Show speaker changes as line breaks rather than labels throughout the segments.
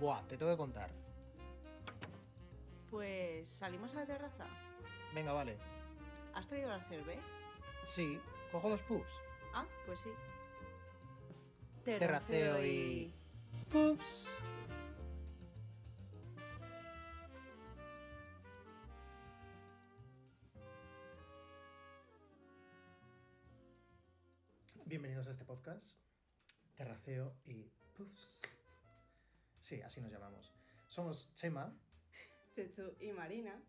Buah, te tengo que contar.
Pues salimos a la terraza.
Venga, vale.
¿Has traído las cervezas?
Sí, cojo los pubs.
Ah, pues sí.
Terraceo y. Pubs. Bienvenidos a este podcast. Terraceo y pubs. Sí, así nos llamamos. Somos Chema.
Chechu y Marina.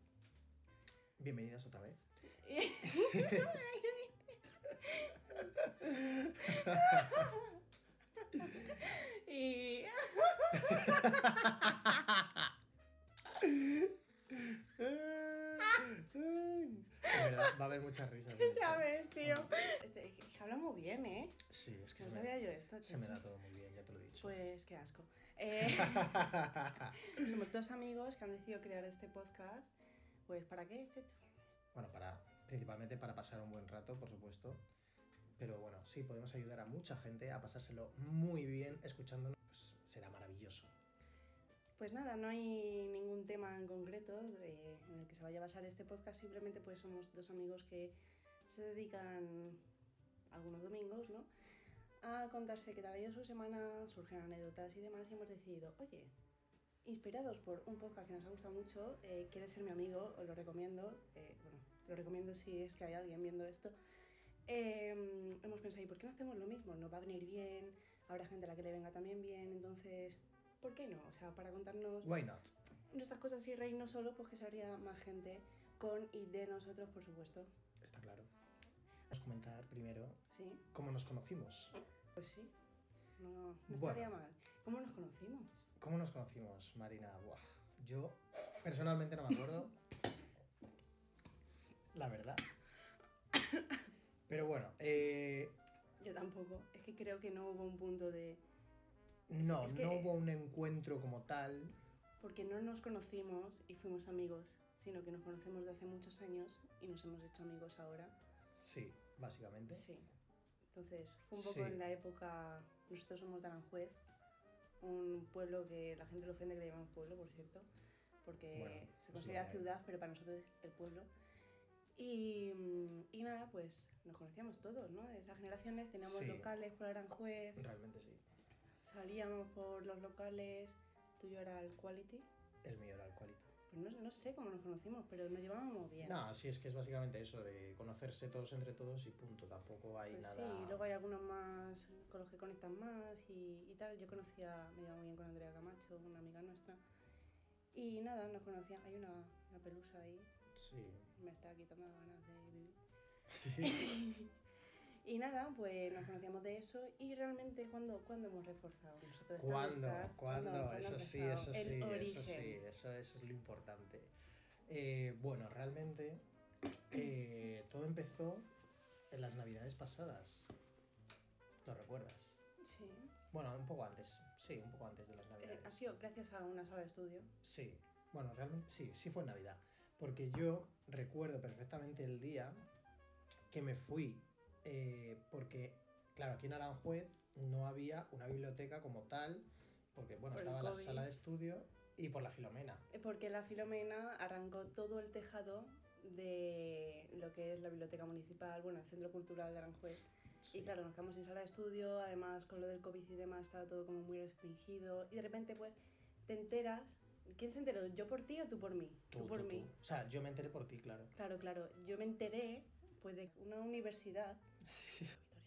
Bienvenidos otra vez.
y.
En verdad, va a haber muchas risas. en esto.
¿Sabes, tío? Este, que habla muy bien, ¿eh?
Sí, es que
No
se,
sabía
me,
yo esto,
se me
chicho.
da todo muy bien, ya te lo he dicho.
Pues qué asco. Eh, somos dos amigos que han decidido crear este podcast. Pues, ¿para qué, Chechu?
Bueno, para principalmente para pasar un buen rato, por supuesto. Pero bueno, sí, podemos ayudar a mucha gente a pasárselo muy bien escuchándonos. Pues será maravilloso.
Pues nada, no hay ningún tema en concreto de- en el que se vaya a basar este podcast, simplemente pues somos dos amigos que se dedican algunos domingos, ¿no? A contarse qué tal ha ido su semana, surgen anécdotas y demás, y hemos decidido, oye, inspirados por un podcast que nos ha gustado mucho, eh, ¿quieres ser mi amigo? Os lo recomiendo, eh, bueno, lo recomiendo si es que hay alguien viendo esto. Eh, hemos pensado, ¿y por qué no hacemos lo mismo? Nos va a venir bien, habrá gente a la que le venga también bien, entonces, ¿por qué no? O sea, para contarnos
Why not?
nuestras cosas y reírnos solo, pues que sabría más gente con y de nosotros, por supuesto.
Está claro. Vamos a comentar primero
¿Sí?
cómo nos conocimos.
Pues sí. No, no, no
Bueno.
estaría mal. ¿Cómo nos conocimos?
¿Cómo nos conocimos, Marina? Buah, yo personalmente no me acuerdo. La verdad. Pero bueno, eh,
Yo tampoco. Es que creo que no hubo un punto de...
no,
es que- eh,
no hubo un encuentro como tal.
Porque no nos conocimos y fuimos amigos, sino que nos conocemos de hace muchos años y nos hemos hecho amigos ahora.
Sí, básicamente.
Sí. Entonces, fue un poco
Sí.
en la época... Nosotros somos de Aranjuez, un pueblo que la gente le ofende que le llaman pueblo, por cierto, porque
Bueno,
se
es
considera
lo que hay.
ciudad, pero para nosotros es el pueblo. Y, mm, y nada, pues nos conocíamos todos, ¿no? De esas generaciones teníamos
Sí.
locales por Aranjuez,
Realmente sí.
salíamos por los locales, tuyo era el Quality.
El mío era el cualito.
Pues no, no sé cómo nos conocimos, pero nos llevábamos bien.
No, sí, es que es básicamente eso, de conocerse todos entre todos y punto. Tampoco hay
Pues
nada.
sí, y luego hay algunos más con los que conectan más y, y tal. Yo conocía, me llevaba muy bien con Andrea Camacho, una amiga nuestra. Y nada, nos conocía. Hay una, una pelusa ahí,
Sí.
me está quitando las ganas de vivir. y nada, pues nos conocíamos de eso y realmente cuando cuando hemos reforzado nosotros esta
¿Cuándo?
amistad,
¿Cuándo?
cuándo ha
Eso sí,
empezado,
eso
el
sí, eso
origen.
sí, eso, eso es lo importante. Eh, bueno, realmente eh, todo empezó en las navidades pasadas. ¿Lo recuerdas?
Sí.
Bueno, un poco antes, sí, un poco antes de las
Eh, ha
navidades.
sido gracias a una sala de estudio.
Sí, bueno, realmente sí, sí fue en Navidad. Porque yo recuerdo perfectamente el día que me fui, eh, porque, claro, aquí en Aranjuez no había una biblioteca como tal, porque, bueno,
Por el
estaba la
COVID.
sala de estudio y por la Filomena.
Eh, Porque la Filomena arrancó todo el tejado de lo que es la biblioteca municipal, bueno, el centro cultural de Aranjuez.
Sí.
Y claro, nos quedamos sin sala de estudio, además con lo del COVID y demás estaba todo como muy restringido. Y de repente, pues, te enteras. ¿Quién se enteró? ¿Yo por ti o tú por mí?
Tú,
por
tú,
mí.
tú. O sea, yo me enteré por ti, claro.
Claro, claro. Yo me enteré, pues, de una universidad.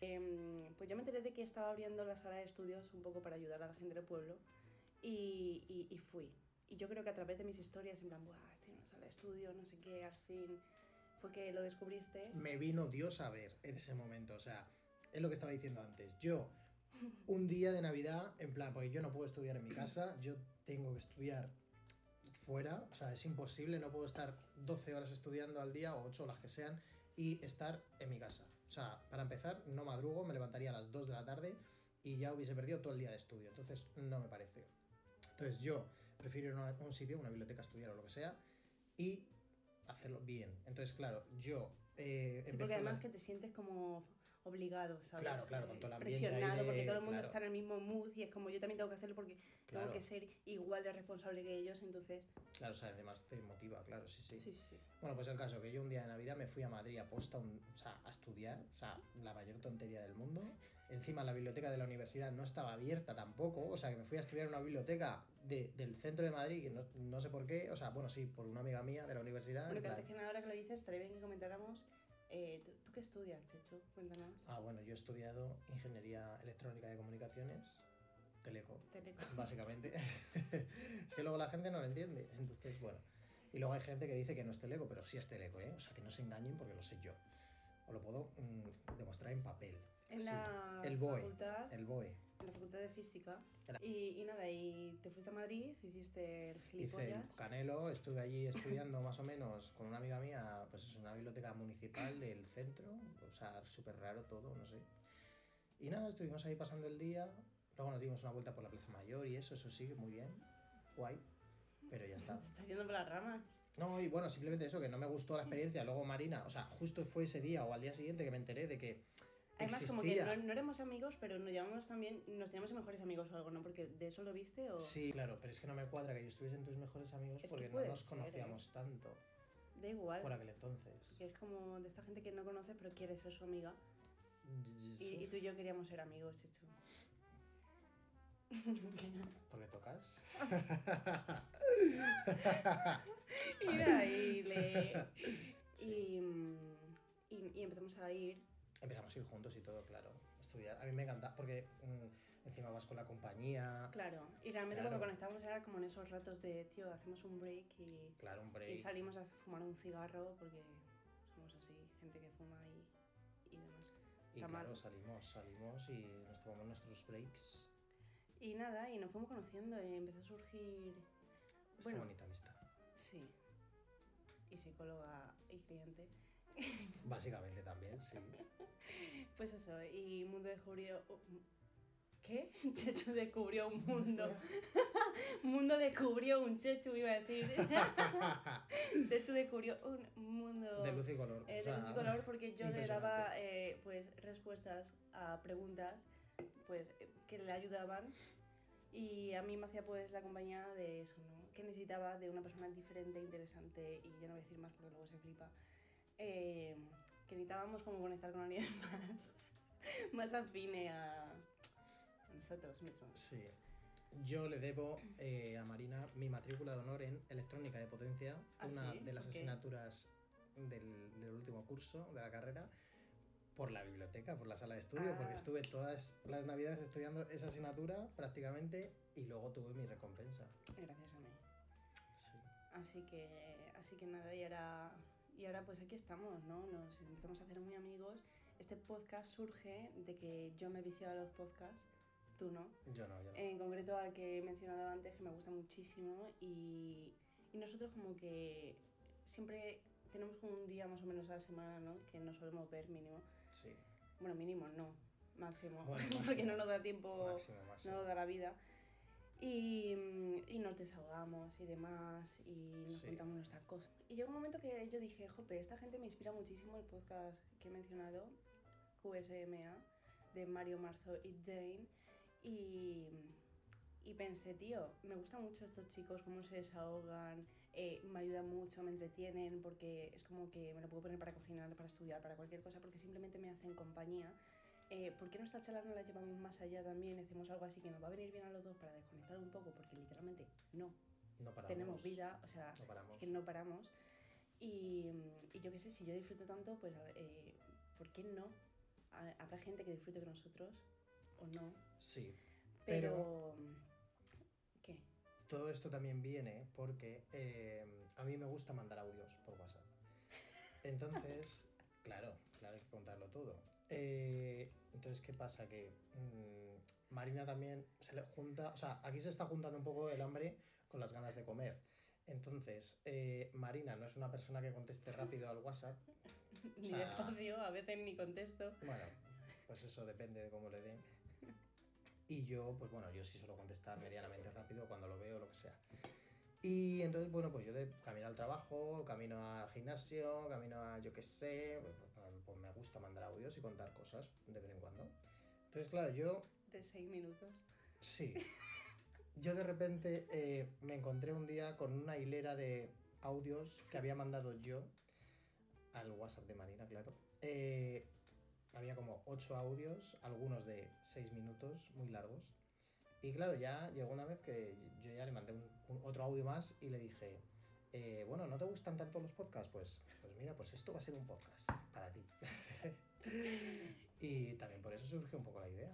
Em, pues yo me enteré de que estaba abriendo la sala de estudios un poco para ayudar a la gente del pueblo y, y- y fui. Y yo creo que a través de mis historias, en plan, ¡buah! Estoy en una sala de estudios, no sé qué, al fin. Fue que lo descubriste.
Me vino Dios a ver en ese momento, o sea, es lo que estaba diciendo antes. Yo, un día de Navidad, en plan, porque yo no puedo estudiar en mi casa, yo tengo que estudiar fuera, o sea, es imposible, no puedo estar 12 horas estudiando al día o 8 horas que sean y estar en mi casa. O sea, para empezar, no madrugo, me levantaría a las 2 de la tarde y ya hubiese perdido todo el día de estudio, entonces no me parece. Entonces yo prefiero ir a una- un sitio, una biblioteca, a estudiar o lo que sea y hacerlo bien. Entonces, claro, yo... eh,
Sí,
empecé
porque
la-
además que te sientes como, obligado, ¿sabes?
Claro, claro, con todo el ambiente
Presionado,
ahí de-
porque todo el mundo
claro.
está en el mismo mood y es como yo también tengo que hacerlo porque
Claro,
tengo que ser igual de responsable que ellos, entonces.
claro, o sea, además te motiva, claro, sí, sí.
Sí, sí.
Bueno, pues el caso que yo un día de Navidad me fui a Madrid a posta, un- o sea, a estudiar, o sea, la mayor tontería del mundo. Encima la biblioteca de la universidad no estaba abierta tampoco, o sea, que me fui a estudiar en una biblioteca de- del centro de Madrid, que no, no sé por qué, o sea, bueno, sí, por una amiga mía de la universidad.
Bueno,
en
que
plan-
antes que nada, ahora que lo dices, estaría bien que comentáramos. eh, ¿tú, tú qué estudias, Checho? Cuéntanos.
Ah, bueno, yo he estudiado Ingeniería Electrónica de Comunicaciones, Teleco,
Teleco.
básicamente. es que luego la gente no lo entiende, entonces, bueno. Y luego hay gente que dice que no es Teleco, pero sí es Teleco, ¿eh? O sea, que no se engañen porque lo sé yo. O lo puedo mm, demostrar en papel.
En
Sí,
la
el E, BOE.
facultad.
El BOE.
en la facultad de física.
Era-
Y, y nada, y te fuiste a Madrid, hiciste el
Hice
gilipollas.
el Canelo, estuve allí estudiando más o menos con una amiga mía, pues es una biblioteca municipal del centro, o sea, súper raro todo, no sé. Y nada, estuvimos ahí pasando el día, luego nos dimos una vuelta por la Plaza Mayor y eso, eso sí, muy bien, guay, pero ya está.
Te estás yendo por las ramas.
No, y bueno, simplemente eso, que no me gustó la experiencia, luego Marina, o sea, justo fue ese día o al día siguiente que me enteré de que
Además, como que
existía...
no, no éramos amigos, pero nos llamamos también, nos teníamos en mejores amigos o algo, ¿no? Porque de eso lo viste o...
Sí, claro, pero es que no me cuadra que yo estuviese en tus mejores amigos
Es que
porque no
puede
nos
ser, ¿eh?
conocíamos tanto
Da igual.
por aquel entonces.
Que es como de esta gente que no conoces pero quiere ser su amiga. Y, y tú y yo queríamos ser amigos, Chechu.
Porque tocas.
y de ahí le...
Sí.
Y, mm, y, y empezamos a ir.
Empezamos a ir juntos y todo, claro. Estudiar. A mí me encanta porque mm, encima vas con la compañía.
Claro. Y realmente
Claro.
cuando conectábamos era como en esos ratos de, tío, hacemos un break y...
Claro, un break.
Y salimos a fumar un cigarro porque somos así, gente que fuma y, y demás.
Y
está mal.
claro, salimos, salimos y nos tomamos nuestros breaks.
Y nada, y nos fuimos conociendo y empezó a surgir,
Está
Bueno.
bonita amistad.
sí, y psicóloga y cliente.
Básicamente también, sí.
Pues eso, y Mundo descubrió... oh, ¿Qué? Chechu descubrió un mundo. Mundo descubrió un Chechu, iba a decir. Chechu descubrió un mundo...
de luz y color. o
Eh, de
sea,
luz y color porque yo le
impresionante.
daba eh, pues respuestas a preguntas pues eh, que le ayudaban y a mí me hacía pues la compañía de eso, ¿no? Que necesitaba de una persona diferente, interesante y ya no voy a decir más porque luego se flipa. Eh, que necesitábamos como conectar con alguien más, más afine a a nosotros mismos.
Sí. Yo le debo eh, a Marina mi matrícula de honor en electrónica de potencia,
¿Ah,
una
sí?
de las
¿Por qué?
asignaturas del, del último curso de la carrera, por la biblioteca, por la sala de estudio, porque
Ah.
estuve todas las navidades estudiando esa asignatura prácticamente y luego tuve mi recompensa.
Gracias a mí.
Sí.
Así que, así que nada, y ahora, y ahora pues aquí estamos, ¿no? Nos empezamos a hacer muy amigos. Este podcast surge de que yo me viciaba a los podcasts, tú no.
Yo no, yo no.
En concreto al que he mencionado antes, que me gusta muchísimo. Y, y nosotros como que siempre tenemos como un día más o menos a la semana, ¿no? Que no solemos ver mínimo.
Sí.
Bueno, mínimo no, máximo.
Bueno,
Porque
máximo.
no nos da tiempo
Máximo, máximo.
no da la vida. Y, mm, y nos desahogamos y demás, y nos
Sí.
contamos nuestras cosas. Y llegó un momento que yo dije, jope, esta gente me inspira muchísimo el podcast que he mencionado, QSMA, de Mario Marzo y Dane. Y, y pensé, tío, me gustan mucho estos chicos, cómo se desahogan, eh, me ayudan mucho, me entretienen, porque es como que me lo puedo poner para cocinar, para estudiar, para cualquier cosa, porque simplemente me hacen compañía. Eh, ¿Por qué no esta charla no la llevamos más allá también? Hacemos algo así que nos va a venir bien a los dos para desconectar un poco, porque literalmente no
No paramos.
tenemos vida, o sea,
No paramos.
es que no paramos. Y, mm, y yo qué sé, si yo disfruto tanto, pues, eh, ¿por qué no? Ha- Habrá gente que disfrute con nosotros o no,
Sí.
pero. mm, ¿Qué?
Todo esto también viene porque eh, a mí me gusta mandar audios por WhatsApp. Entonces, claro, claro, hay que contarlo todo. Eh, entonces, ¿qué pasa? Que mm, Marina también se le junta, o sea, aquí se está juntando un poco el hambre con las ganas de comer. Entonces, eh, Marina no es una persona que conteste rápido al WhatsApp.
Ni
sea-
despacio, a veces ni contesto.
Bueno, pues eso depende de cómo le den. Y yo, pues bueno, yo sí suelo contestar medianamente rápido cuando lo veo o lo que sea. Y entonces, bueno, pues yo de camino al trabajo, camino al gimnasio, camino a yo qué sé, pues, pues, pues me gusta mandar audios y contar cosas de vez en cuando. Entonces, claro, yo
De seis minutos.
Sí. Yo de repente eh, me encontré un día con una hilera de audios que había mandado yo al WhatsApp de Marina, claro. Eh, había como ocho audios, algunos de seis minutos, muy largos. Y claro, ya llegó una vez que yo ya le mandé un- un- otro audio más y le dije, eh, bueno, ¿no te gustan tanto los podcasts? Pues, pues mira, pues esto va a ser un podcast para ti. y también por eso surgió un poco la idea.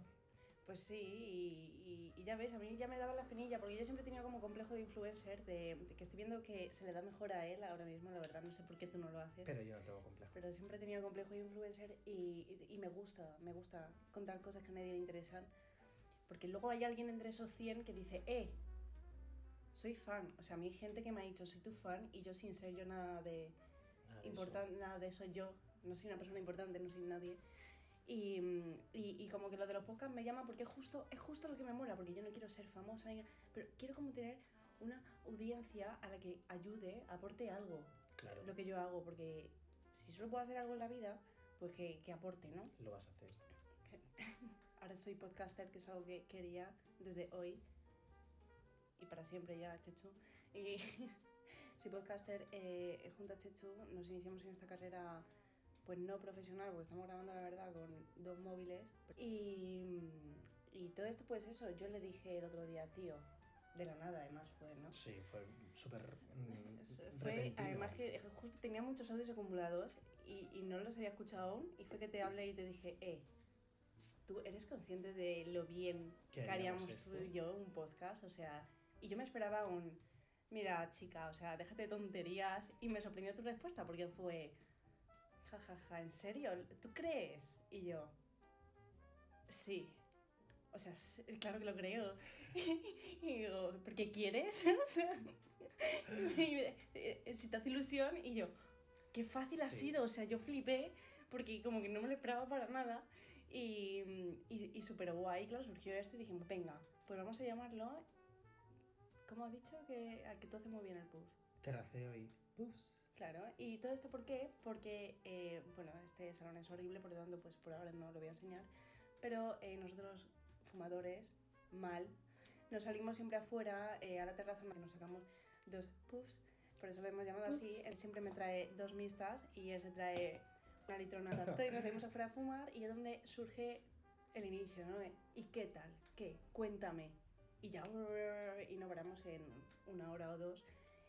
Pues sí, y, y- y ya ves, a mí ya me daba la espinilla, porque yo siempre he tenido como complejo de influencer, de, de que estoy viendo que se le da mejor a él ahora mismo, la verdad, no sé por qué tú no lo haces.
Pero yo no tengo complejo.
Pero siempre he tenido complejo de influencer y, y- y me gusta, me gusta contar cosas que a nadie le interesan. Porque luego hay alguien entre esos 100 que dice, eh, soy fan. O sea, a mí hay gente que me ha dicho, soy tu fan y yo sin ser yo nada de,
Nada de eso.
importante, nada de eso yo, no soy una persona importante, no soy nadie. Y, mm, y- y como que lo de los podcasts me llama porque es justo, es justo lo que me mola, porque yo no quiero ser famosa, ni- pero quiero como tener una audiencia a la que ayude, aporte algo,
Claro,
lo que yo hago, porque si solo puedo hacer algo en la vida, pues que, que aporte, ¿no?
lo vas a hacer.
Ahora soy podcaster, que es algo que quería desde hoy y para siempre ya, Chechu. Y soy podcaster eh, junto a Chechu. Nos iniciamos en esta carrera, pues no profesional, porque estamos grabando la verdad con dos móviles. Y, y todo esto, pues eso, yo le dije el otro día, tío, de la nada además fue, ¿no?
Sí, fue súper mm,
Eso Fue,
repentino.
además que justo tenía muchos audios acumulados y, y no los había escuchado aún y fue que te hablé y te dije, eh, tú eres consciente de lo bien
Que
que haríamos
haríamos
tú
esto.
y yo un podcast, o sea, y yo me esperaba un, mira chica, o sea, déjate de tonterías y me sorprendió tu respuesta porque fue, jajaja, ¿en serio? ¿Tú crees? Y yo, sí. O sea, sí, claro que lo creo. Y digo, ¿por qué quieres? O sea, y me- eh, si te hace ilusión y yo, qué fácil ha
Sí.
sido, o sea, yo flipé porque como que no me lo esperaba para nada y, y, y súper guay, claro, surgió esto y dijimos, venga, pues vamos a llamarlo, como ha dicho, que, a que tú haces muy bien el puff.
Terraceo y... Ups.
Claro, y todo esto por qué? Porque, eh, bueno, este salón es horrible, por lo tanto, pues por ahora no lo voy a enseñar, pero eh, nosotros, fumadores, mal, nos salimos siempre afuera eh, a la terraza, nos sacamos dos puffs, por eso lo hemos llamado así,
Puffs.
él siempre me trae dos mistas y él se trae una litrona de actor y nos salimos afuera a fumar y es donde surge el inicio, ¿no? Eh, ¿Y qué tal? ¿Qué? Cuéntame. Y ya, y no paramos en una hora o dos.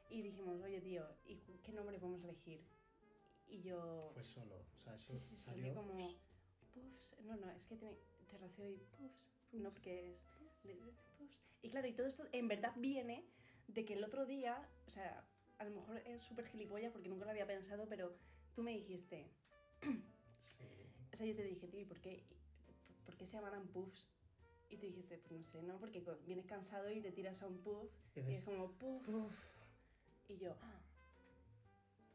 Y dijimos, oye tío, ¿y cu- qué nombre podemos elegir? Y yo...
Fue solo. O sea, eso
Oh. sí, sí, salió
salió...
como... Puffs. No, no, es que tiene terraceo y puffs. No, porque es... le- le- puffs. Y claro, y todo esto en verdad viene de que el otro día, o sea, a lo mejor es súper gilipollas porque nunca lo había pensado, pero tú me dijiste,
Sí.
o sea, yo te dije, tío, ¿y por qué, por qué se llamarán puffs? Y tú dijiste, pues no sé, ¿no? Porque co- vienes cansado y te tiras a un puff
Y
y es
dices,
como puff.
"Uf".
Y yo, "Ah,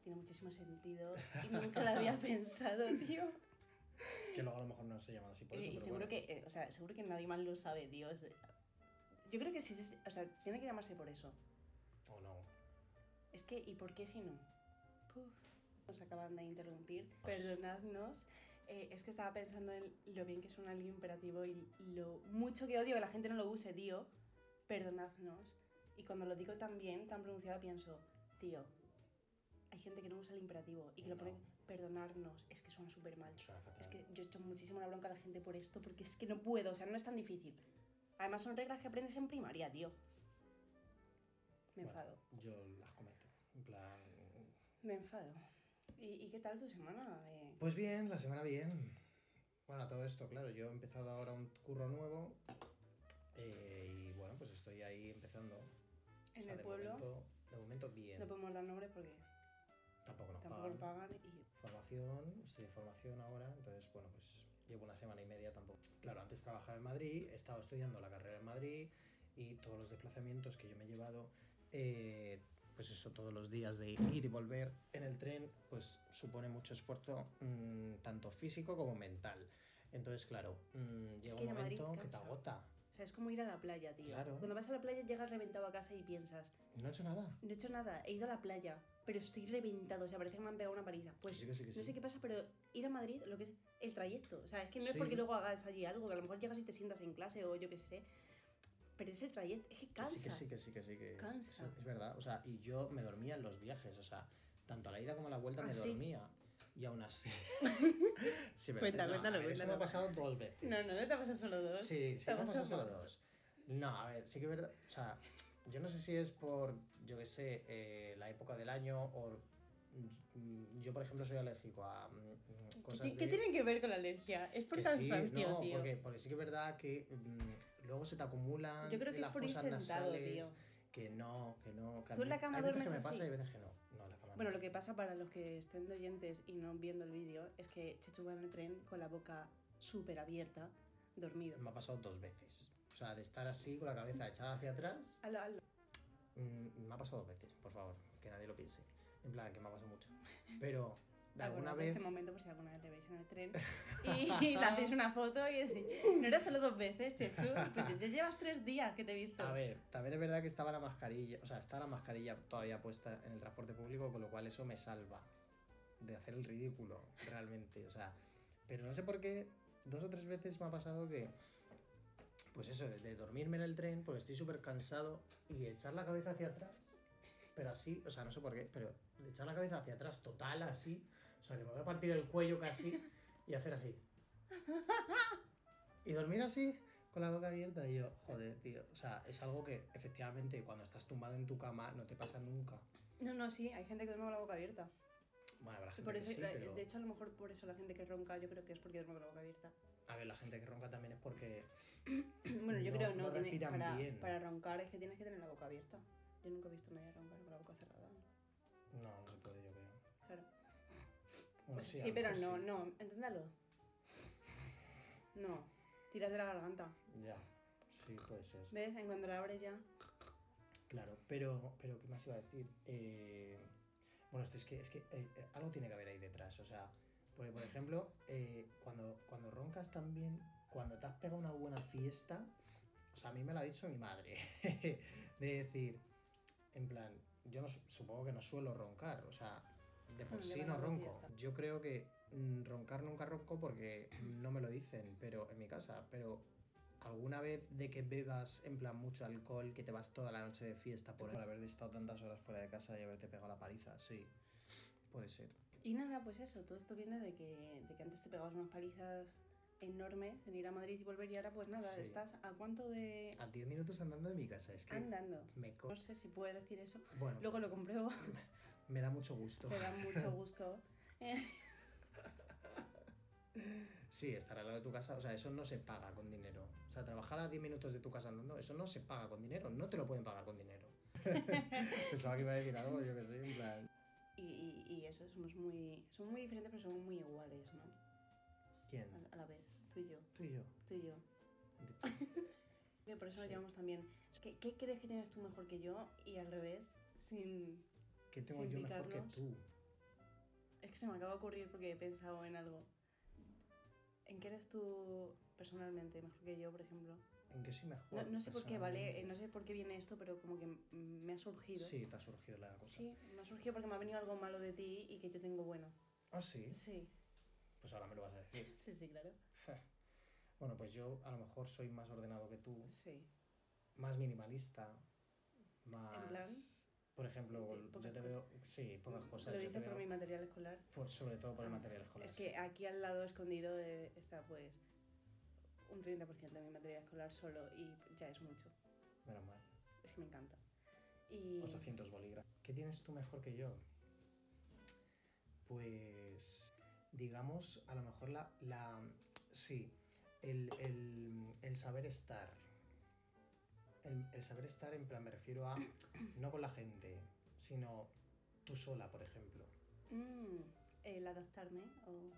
tiene muchísimo sentido. Y nunca lo había pensado, tío.
que luego a lo mejor no se llaman así por
Y-
eso,
y
pero
seguro
bueno.
que, eh, o sea, seguro que nadie más lo sabe, tío. Es- Yo creo que sí, sí, o sea, tiene que llamarse por eso.
O no.
Es que, ¿y por qué si no? Puf, nos acaban de interrumpir. Perdonadnos. Eh, es que estaba pensando en lo bien que suena el imperativo y lo mucho que odio que la gente no lo use, tío. Perdonadnos. Y cuando lo digo tan bien, tan pronunciado, pienso, tío, hay gente que no usa el imperativo y que lo
Eh, No.
ponen perdonarnos. Es que suena súper mal.
Suena fatal.
Es que yo echo muchísimo la bronca a la gente por esto porque es que no puedo, o sea, no es tan difícil. Además son reglas que aprendes en primaria, tío. Me
Bueno.
enfado.
Yo las comento. En plan...
Me enfado. ¿Y, y qué tal tu semana? Eh,
Pues bien, la semana bien. Bueno, a todo esto, claro. Yo he empezado ahora un curro nuevo. eh, y bueno, pues estoy ahí empezando. O
en
sea,
el
de
pueblo
Momento, de momento bien.
no podemos dar nombres porque
Tampoco nos
tampoco lo
pagan.
pagan y
formación, estoy de formación ahora, entonces, bueno, pues llevo una semana y media tampoco. Claro, antes trabajaba en Madrid, he estado estudiando la carrera en Madrid y todos los desplazamientos que yo me he llevado, eh, pues eso, todos los días de ir y volver en el tren, pues supone mucho esfuerzo, mm, tanto físico como mental. Entonces, claro, mm, llega
que
un
ir a Madrid
momento que te
cansa.
agota.
o sea, es como ir a la playa, tío.
Claro.
Cuando vas a la playa llegas reventado a casa y piensas,
No he hecho nada.
no he hecho nada, he ido a la playa, pero estoy reventado, o sea, parece que me han pegado una paliza. Pues
Que sí, que sí, que
no
sí.
sé qué pasa, pero ir a Madrid, lo que es el trayecto, o sea, es que no es
Sí.
porque luego hagas allí algo, que a lo mejor llegas y te sientas en clase o yo qué sé, pero es el trayecto, es que
Que
cansa.
Pues Sí, que sí, que sí, que sí. Que es-
Cansa.
Es, es verdad. O sea, y yo me dormía en los viajes. O sea, tanto a la ida como a la vuelta
¿Ah,
me
sí?
dormía. Y aún así. sí, pero
Cuenta,
no,
cuéntalo,
a ver, Eso me ha
cuéntalo.
pasado dos veces.
No, no, no te pasas solo dos.
Sí, sí,
Te
me ha
vas
pasado
a
solo
más.
dos. No, a ver, sí que es verdad. O sea, yo no sé si es por, yo qué sé, eh, la época del año o. mm, Yo, por ejemplo, soy alérgico a mm, mm,
¿Qué
cosas.
ti- ¿Qué,
de-
tienen que ver con la alergia? Es por
que
cansancio,
sí, no,
tío.
Porque, porque sí que es verdad que mm, luego se te acumulan.
Yo creo que
las
es por ir
fosas
sentado,
nasales,
tío.
que no, que no. que a
¿Tú en
mí-
la cama
hay veces
duermes
que me
así?
pasa y hay veces que no. No, en la cama
Bueno,
no.
lo que pasa para los que estén de oyentes y no viendo el vídeo es que Chechu va en el tren con la boca súper abierta, dormido.
Me ha pasado dos veces. O sea, de estar así con la cabeza echada hacia atrás.
Hazlo, hazlo.
mm, me ha pasado dos veces, por favor, que nadie lo piense. En plan, que me ha pasado mucho. Pero de alguna
Acordad
vez.
este momento por si alguna vez te veis en el tren y, le hacéis una foto y decís, no era solo dos veces, Chechu, pues ya llevas tres días que te he visto.
A ver, también es verdad que estaba la mascarilla, o sea, está la mascarilla todavía puesta en el transporte público, con lo cual eso me salva de hacer el ridículo, realmente, o sea, pero no sé por qué dos o tres veces me ha pasado que, pues eso, de, de dormirme en el tren, porque estoy súper cansado, y echar la cabeza hacia atrás, pero así, o sea, no sé por qué, pero echar la cabeza hacia atrás total, así, o sea, que me voy a partir el cuello casi, y hacer así. Y dormir así, con la boca abierta y yo, joder, tío. O sea, es algo que efectivamente cuando estás tumbado en tu cama no te pasa nunca.
No, no, sí, hay gente que duerme con la boca abierta.
Bueno, habrá gente
Por
que
eso,
sí,
la-
pero...
De hecho, a lo mejor por eso la gente que ronca yo creo que es porque duerme con la boca abierta.
A ver, la gente que ronca también es porque...
Bueno, yo
No,
creo
no
no, tiene-
respiran
para,
bien.
para roncar es que tienes que tener la boca abierta. Yo nunca he visto a nadie roncar con la boca cerrada.
No, no se puede, yo creo.
Claro.
Bueno,
O sea,
Pues a
Pues sí,
lo
pero no,
mejor
no, enténdalo. No, tiras de la garganta.
sí. Ya, sí, puede ser.
¿Ves? En cuando la abres ya.
Claro, pero, pero ¿qué más iba a decir? Eh, bueno, esto es que, es que eh, eh, algo tiene que haber ahí detrás. O sea, porque, por ejemplo, eh, cuando, cuando roncas también, cuando te has pegado una buena fiesta, o sea, a mí me lo ha dicho mi madre, de decir, en plan, yo no, su- supongo que no suelo roncar, o sea, de por
Bueno,
sí
lleva
no
la
ronco.
fiesta.
Yo creo que mm, roncar nunca ronco porque no me lo dicen, pero en mi casa, pero ¿Alguna vez de que bebas en plan mucho alcohol, que te vas toda la noche de fiesta por, por haber estado tantas horas fuera de casa y haberte pegado la paliza? Sí, puede ser.
Y nada, pues eso, todo esto viene de que, de que antes te pegabas unas palizas enormes en ir a Madrid y volver y ahora pues nada,
Sí.
estás a cuánto de...
A 10 minutos andando de mi casa, es que
andando.
me co-
No sé si puedes decir eso.
Bueno,
Luego lo compruebo,
me da mucho gusto.
me da mucho gusto.
Sí, estar al lado de tu casa, o sea, eso no se paga con dinero. O sea, trabajar a 10 minutos de tu casa andando, eso no se paga con dinero, no te lo pueden pagar con dinero. Pensaba que iba a decir algo, yo que sé, en plan...
Y, y, y eso, somos muy, somos muy diferentes pero somos muy iguales, ¿no?
¿Quién?
A, a la vez, tú y yo,
Tú y yo.
tú y yo. Bien, Por eso nos
Sí.
llamamos también. ¿Qué, qué crees que tienes tú mejor que yo? Y al revés, sin.
¿Qué tengo
Sin
yo mejor que
picarnos.
tú?
Es que se me acaba de ocurrir porque he pensado en algo. ¿En qué eres tú personalmente mejor que yo, por ejemplo?
¿En qué soy
No,
mejor?
no sé por qué, ¿vale? Eh,
personalmente?
No sé por qué viene esto, pero como que mm, me ha surgido.
Sí, te ha surgido la cosa.
Sí, me ha surgido porque me ha venido algo malo de ti y que yo tengo bueno.
Ah, sí.
Sí,
Pues ahora me lo vas a decir.
sí, sí, claro.
Bueno, pues yo a lo mejor soy más ordenado que tú,
Sí.
más minimalista, más...
plan?
Por ejemplo,
De
yo
pocas
te veo... Sí, pocas cosas.
Lo
yo te
dices por
veo-
mi material escolar.
por- sobre todo por el
Ah,
material escolar.
Es que aquí al lado escondido eh, está pues un 30% de mi material escolar solo y ya es mucho.
sí. Menos mal.
Es que me encanta. Y
800 bolígrafos. ¿Qué tienes tú mejor que yo? Pues, digamos, a lo mejor la... la sí, el, el- el saber estar. El, el saber estar, en plan, me refiero a... No con la gente, sino tú sola, por ejemplo.
mm, el adaptarme o...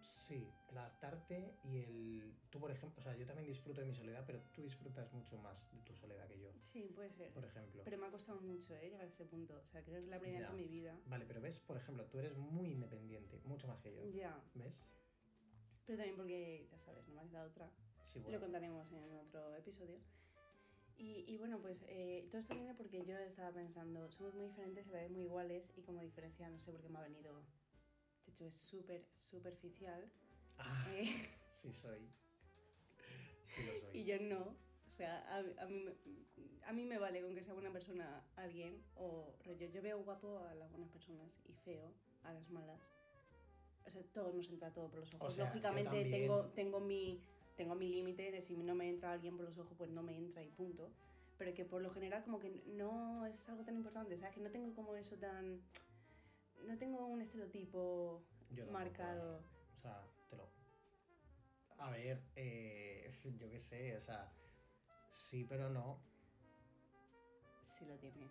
Sí, el adaptarte y el... Tú, por ejemplo, o sea, yo también disfruto de mi soledad, pero tú disfrutas mucho más de tu soledad que yo,
Sí, puede ser.
por ejemplo.
Pero me ha costado mucho eh, llegar a este punto. O sea, creo que es la primera
Ya.
vez en mi vida.
Vale, pero ves, por ejemplo, tú eres muy independiente, mucho más que yo.
Ya.
¿Ves?
Pero también porque, ya sabes, no me has dado otra.
Sí, bueno.
Lo contaremos en otro episodio. Y, y bueno, pues eh, todo esto viene porque yo estaba pensando, somos muy diferentes y a la vez muy iguales y como diferencia no sé por qué me ha venido. De hecho, es súper superficial.
Ah,
eh,
sí soy. Sí lo soy.
y yo no. O sea, a, a mí, me- a mí me vale con que sea buena persona alguien o rollo. Yo veo guapo a las buenas personas y feo a las malas. O sea, todo nos entra todo por los ojos.
sea, yo
Lógicamente
también.
tengo, tengo mi tengo mi límite de si no me entra alguien por los ojos, pues no me entra y punto. Pero que por lo general como que no es algo tan importante. O sea, que no tengo como eso tan... No tengo un estereotipo
Yo tampoco,
marcado.
eh. O sea, te lo. A ver, eh, yo qué sé, o sea. Sí, pero no.
Si lo tienes.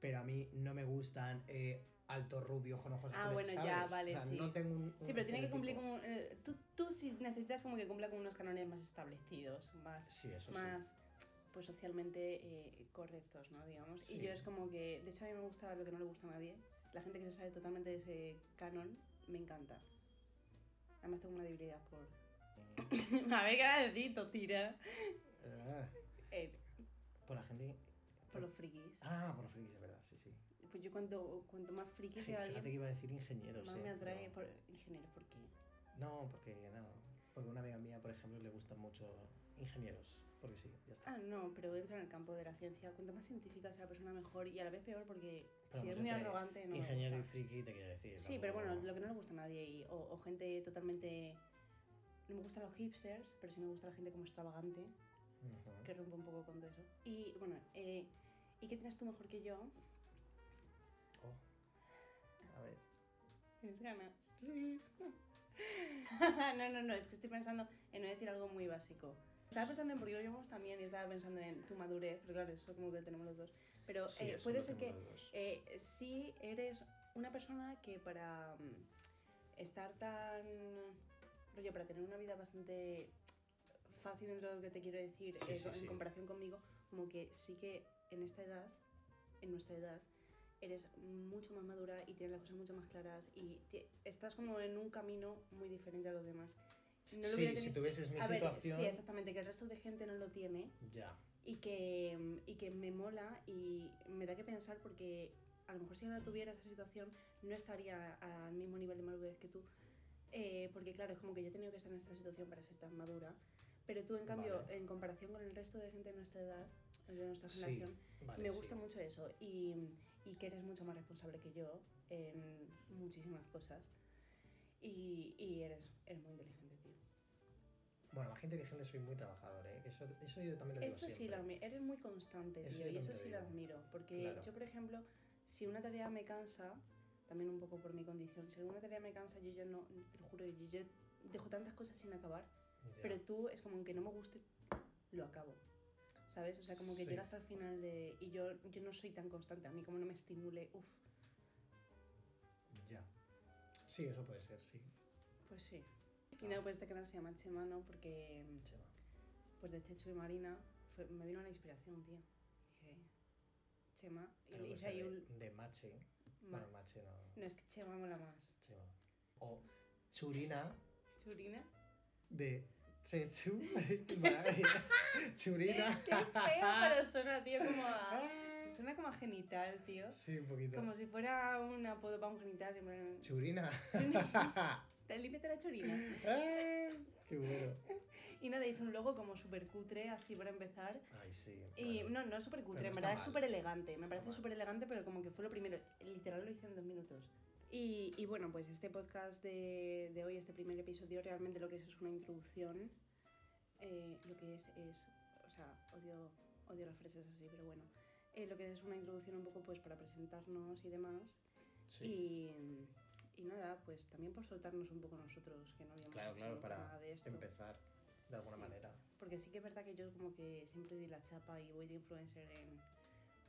Pero a mí no me gustan eh, altos rubios con ojos
Ah,
azules.
bueno,
¿sabes?
ya, vale,
O sea,
sí.
no tengo un.
Sí,
un
pero tiene que cumplir
estereotipo.
con... eh, tú, tú sí necesitas como que cumpla con unos canones más establecidos, más...
Sí, eso sí.
más pues socialmente eh, correctos, ¿no? Digamos.
Sí.
Y yo es como que... De hecho, a mí me gusta lo que no le gusta a nadie. La gente que se sabe totalmente de ese canon, me encanta. Además tengo una debilidad por...
Eh,
a ver qué va a decir, Totira.
ah,
Eh,
por la gente.
por los frikis.
Ah, por los frikis, es verdad, sí, sí.
Pues yo cuanto, cuanto más friki
Gen-
sea
Fíjate que
alguien,
iba a decir ingenieros.
más
eh,
me atrae
pero-
por ingenieros, ¿por qué?
No, porque no. Porque una amiga mía, por ejemplo, le gustan mucho ingenieros. Porque sí, ya está.
Ah, no, pero entra en el campo de la ciencia. Cuanto más científica sea la persona, mejor y a la vez peor porque
Pero
si
vamos,
es muy
entre
arrogante, no. me
Ingeniero y
gusta.
friki, te quiero decir.
Sí, pero bueno,
tampoco-
lo que no le gusta a nadie y- o, o gente totalmente. No me gustan los hipsters, pero sí me gusta la gente como extravagante,
Ujú.
que rompe un poco con todo eso. Y bueno, eh, ¿y qué tienes tú mejor que yo?
Oh. A ver.
Eh, Tienes ganas.
Sí.
no, no, no, es que estoy pensando en no decir algo muy básico. Estaba pensando en, porque lo llevamos también, y estaba pensando en tu madurez, pero claro, eso como que lo tenemos los dos. Pero
Sí,
eh,
eso
puede
lo
ser
tengo
que
los dos.
eh, si eres una persona que para mm, estar tan... rollo, para tener una vida bastante fácil dentro de lo que te quiero decir,
Sí,
eh,
sí,
en
sí.
comparación conmigo, como que sí que en esta edad, en nuestra edad, eres mucho más madura y tienes las cosas mucho más claras y te- estás como en un camino muy diferente a los demás. No lo hubiera
sí, si
tenido-
tuvieses mi
a ver,
situación.
sí, exactamente, que el resto de gente no lo tiene
Ya.
y que, mm, y que me mola y me da que pensar porque a lo mejor si ahora tuviera esa situación no estaría al mismo nivel de madurez que tú. Eh, porque claro, es como que yo he tenido que estar en esta situación para ser tan madura. Pero tú, en cambio,
Vale.
en comparación con el resto de gente de nuestra edad, de nuestra
Sí,
generación,
Vale,
me
sí.
gusta mucho eso y, y que eres mucho más responsable que yo en muchísimas cosas. Y, y eres, eres muy inteligente, tío.
Bueno, más que inteligente soy muy trabajador, ¿eh? Eso, eso yo también lo digo
Eso sí,
siempre.
lo admi- eres muy constante,
Eso
tío,
yo
y eso
también lo
sí lo
digo.
admiro. Porque
Claro.
yo, por ejemplo, si una tarea me cansa, también un poco por mi condición, si alguna tarea me cansa, yo ya no, te lo juro, yo, yo dejo tantas cosas sin acabar,
Ya.
pero tú es como aunque no me guste, lo acabo. ¿Sabes? O sea, como que
Sí.
llegas al final de. Y yo, yo no soy tan constante, a mí como no me estimule, uff,
Ya. Sí, eso puede ser, sí.
pues sí. Y
Ah.
no, pues este canal se llama Chema, ¿no? Porque
Chema.
pues de Chechu y Marina fue- me vino una inspiración, tío. Dije, Chema, y
Tengo
le
que
hice
ser
ahí
de,
un...
de mache.
ma-
Bueno, mache no.
No, es que Chema mola más.
Chema. O Churina
¿Churina?
de Chechu. María. Churina.
Qué feo, pero suena, tío, como a...
Ah.
Suena como a genital, tío.
Sí, un poquito.
Como si fuera un apodo para un genital. en plan,
Churina.
Churina. Te límite la churina.
Ah, Qué bueno.
Y nada, hizo un logo como súper cutre, así para empezar.
Ay, sí.
Y
bueno.
no, no es súper cutre,
Pero
en
no está
verdad es
mal.
súper elegante. Me
Está
parece
mal.
súper elegante, pero como que fue lo primero. Literal lo hice en dos minutos. Y, y bueno, pues este podcast de, de hoy, este primer episodio, realmente lo que es es una introducción. Eh, lo que es es. O sea, odio, odio las frases así, pero bueno. Eh, lo que es una introducción un poco pues para presentarnos y demás.
Sí.
Y, y nada, pues también por soltarnos un poco nosotros, que no habíamos
Claro,
hecho
claro,
nunca
para
nada de esto.
empezar de alguna
Sí.
manera.
Porque sí que es verdad que yo como que siempre doy la chapa y voy de influencer en,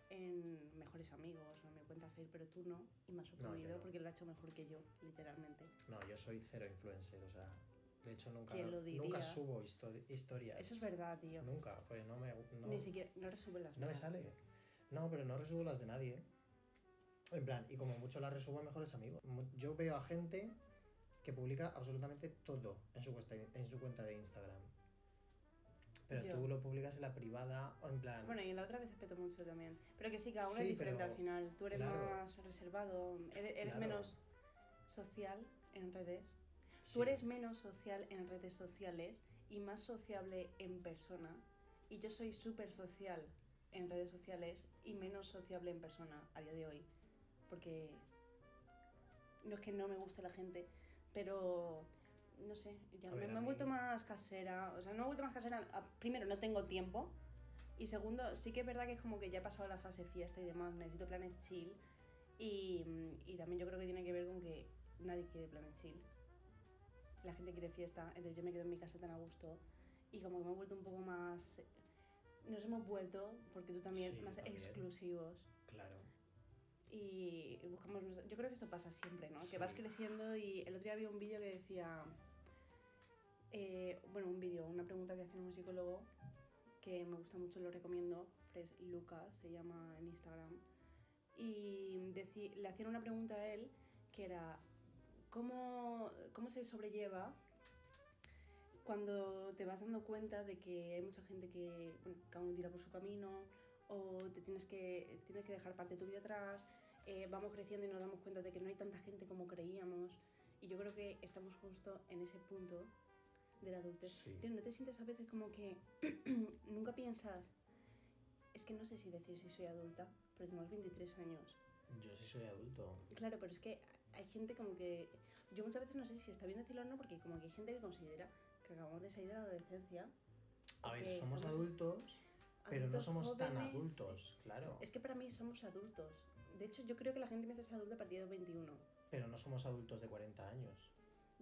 en mejores amigos o en mi cuenta Facebook, pero tú no. Y me ha sorprendido
no.
porque lo ha hecho mejor que yo, literalmente.
No, yo soy cero influencer, o sea, de hecho nunca,
¿Quién lo diría?
nunca subo histo- historias.
Eso es verdad, tío.
Nunca, porque no me, no,
Ni siquiera, no resuelve las
no me
mías,
sale.
tío.
No, pero no resubo las de nadie. ¿eh? En plan, y como mucho las resubo a mejores amigos. Mu- Yo veo a gente que publica absolutamente todo en su, cuesta- en su cuenta de Instagram. Pero
Yo.
tú lo publicas en la privada o en plan.
Bueno, y la otra vez respeto mucho también. Pero que sí, cada uno
Sí,
es diferente
pero-
al final. Tú eres
claro.
más reservado, eres, eres
Claro.
menos social en redes.
sí.
Tú eres menos social en redes sociales y más sociable en persona. Y yo soy súper social en redes sociales y menos sociable en persona a día de hoy. Porque no es que no me guste la gente, pero no sé, ya
A
me,
ver,
me
a
he
mí-
vuelto más casera. O sea, no me he vuelto más casera. a- Primero, no tengo tiempo. Y segundo, sí que es verdad que es como que ya he pasado la fase fiesta y demás, necesito planes chill. Y, mm, y también yo creo que tiene que ver con que nadie quiere planes chill. La gente quiere fiesta, entonces yo me quedo en mi casa tan a gusto. Y como que me he vuelto un poco más... Nos hemos vuelto, porque tú también,
Sí,
más
también.
exclusivos.
Claro.
Y buscamos... nuestra- Yo creo que esto pasa siempre, ¿no?
Sí.
Que vas creciendo y el otro día había un vídeo que decía... eh, bueno, un vídeo, una pregunta que hacía un psicólogo que me gusta mucho, lo recomiendo, Fres Lucas se llama en Instagram. Y deci- le hacían una pregunta a él que era, ¿cómo, ¿cómo se sobrelleva cuando te vas dando cuenta de que hay mucha gente que, bueno, cada uno tira por su camino o te tienes que, tienes que dejar parte de tu vida atrás? eh, vamos creciendo y nos damos cuenta de que no hay tanta gente como creíamos. Y yo creo que estamos justo en ese punto de la adultez.
Sí.
Tío, ¿No te sientes a veces como que nunca piensas? Es que no sé si decir si soy adulta, pero tengo 23 años.
Yo sí soy adulto.
Claro, pero es que hay gente como que... Yo muchas veces no sé si está bien decirlo o no, porque como que hay gente que considera que acabamos de salir de la adolescencia.
A ver,
Ok,
somos
estamos-
adultos, pero no
adultos
somos tan
jóvenes.
adultos, claro.
Es que para mí somos adultos. De hecho, yo creo que la gente empieza a ser adulta a partir de 21.
Pero no somos adultos de 40 años.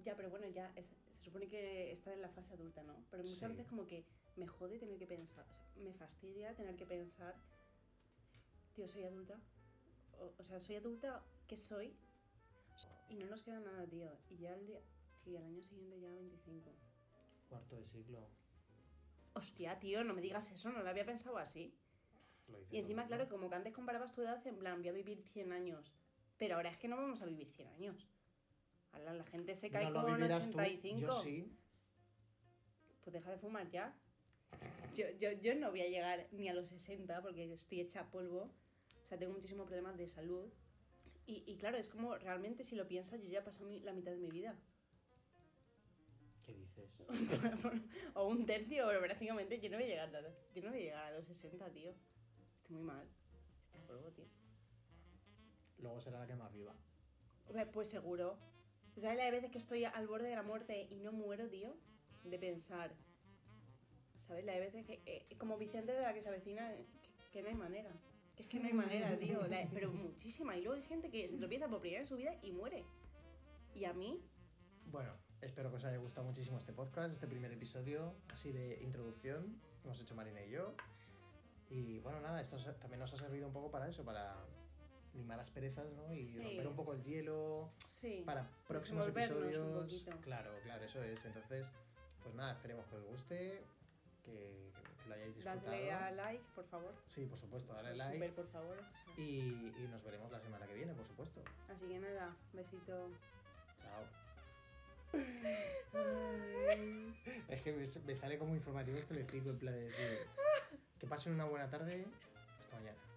Ya, pero bueno, ya es- se supone que está en la fase adulta, ¿no? Pero muchas
Sí.
veces como que me jode tener que pensar, o sea, me fastidia tener que pensar, tío, soy adulta, o, o sea, soy adulta, ¿qué soy? Y no nos queda nada, tío. Y ya el día, tío, el año siguiente ya 25.
Cuarto de siglo.
Hostia, tío, no me digas eso, no lo había pensado así.
Lo dice
Y encima,
todo el
claro,
mundo.
como que antes comparabas tu edad en plan, voy a vivir 100 años. Pero ahora es que no vamos a vivir 100 años. Ahora la gente se cae
No lo
con
vivirás tú,
85.
Yo sí.
pues deja de fumar ya. Yo, yo, yo no voy a llegar ni a los 60 porque estoy hecha polvo. O sea, tengo muchísimos problemas de salud. Y, y claro, es como realmente si lo piensas, yo ya he pasado mi- la mitad de mi vida.
¿Qué dices?
o un tercio, pero prácticamente yo no voy a llegar, a- yo no voy a, llegar a los 60, tío. Estoy muy mal. Estoy hecha polvo, tío.
Luego será la que más viva.
Hombre, Pues seguro. ¿Tú sabes la de veces que estoy al borde de la muerte y no muero, tío? De pensar. ¿Sabes? La de veces que. eh, como Vicente de la que se avecina, eh, que, que no hay manera. Que es que no hay manera, tío. La- pero muchísima. Y luego hay gente que se tropieza por primera vez en su vida y muere. Y a mí,
Bueno, espero que os haya gustado muchísimo este podcast, este primer episodio, así de introducción, que hemos hecho Marina y yo. Y bueno, nada, esto se- también nos ha servido un poco para eso, para limar las perezas, ¿no? Y
Sí.
romper un poco el hielo,
sí.
para próximos
Desenvolvernos un
episodios.
poquito.
Claro, claro, eso es. Entonces, pues nada, esperemos que os guste, que, que lo hayáis disfrutado.
Dadle a like, por favor.
Sí, por supuesto, dale
O sea,
like.
super, por favor. O sea.
Y, y nos veremos la semana que viene, por supuesto.
Así que nada, besito.
Chao. Es que me, me sale como informativo este le en plan de decir que pasen una buena tarde. Hasta mañana.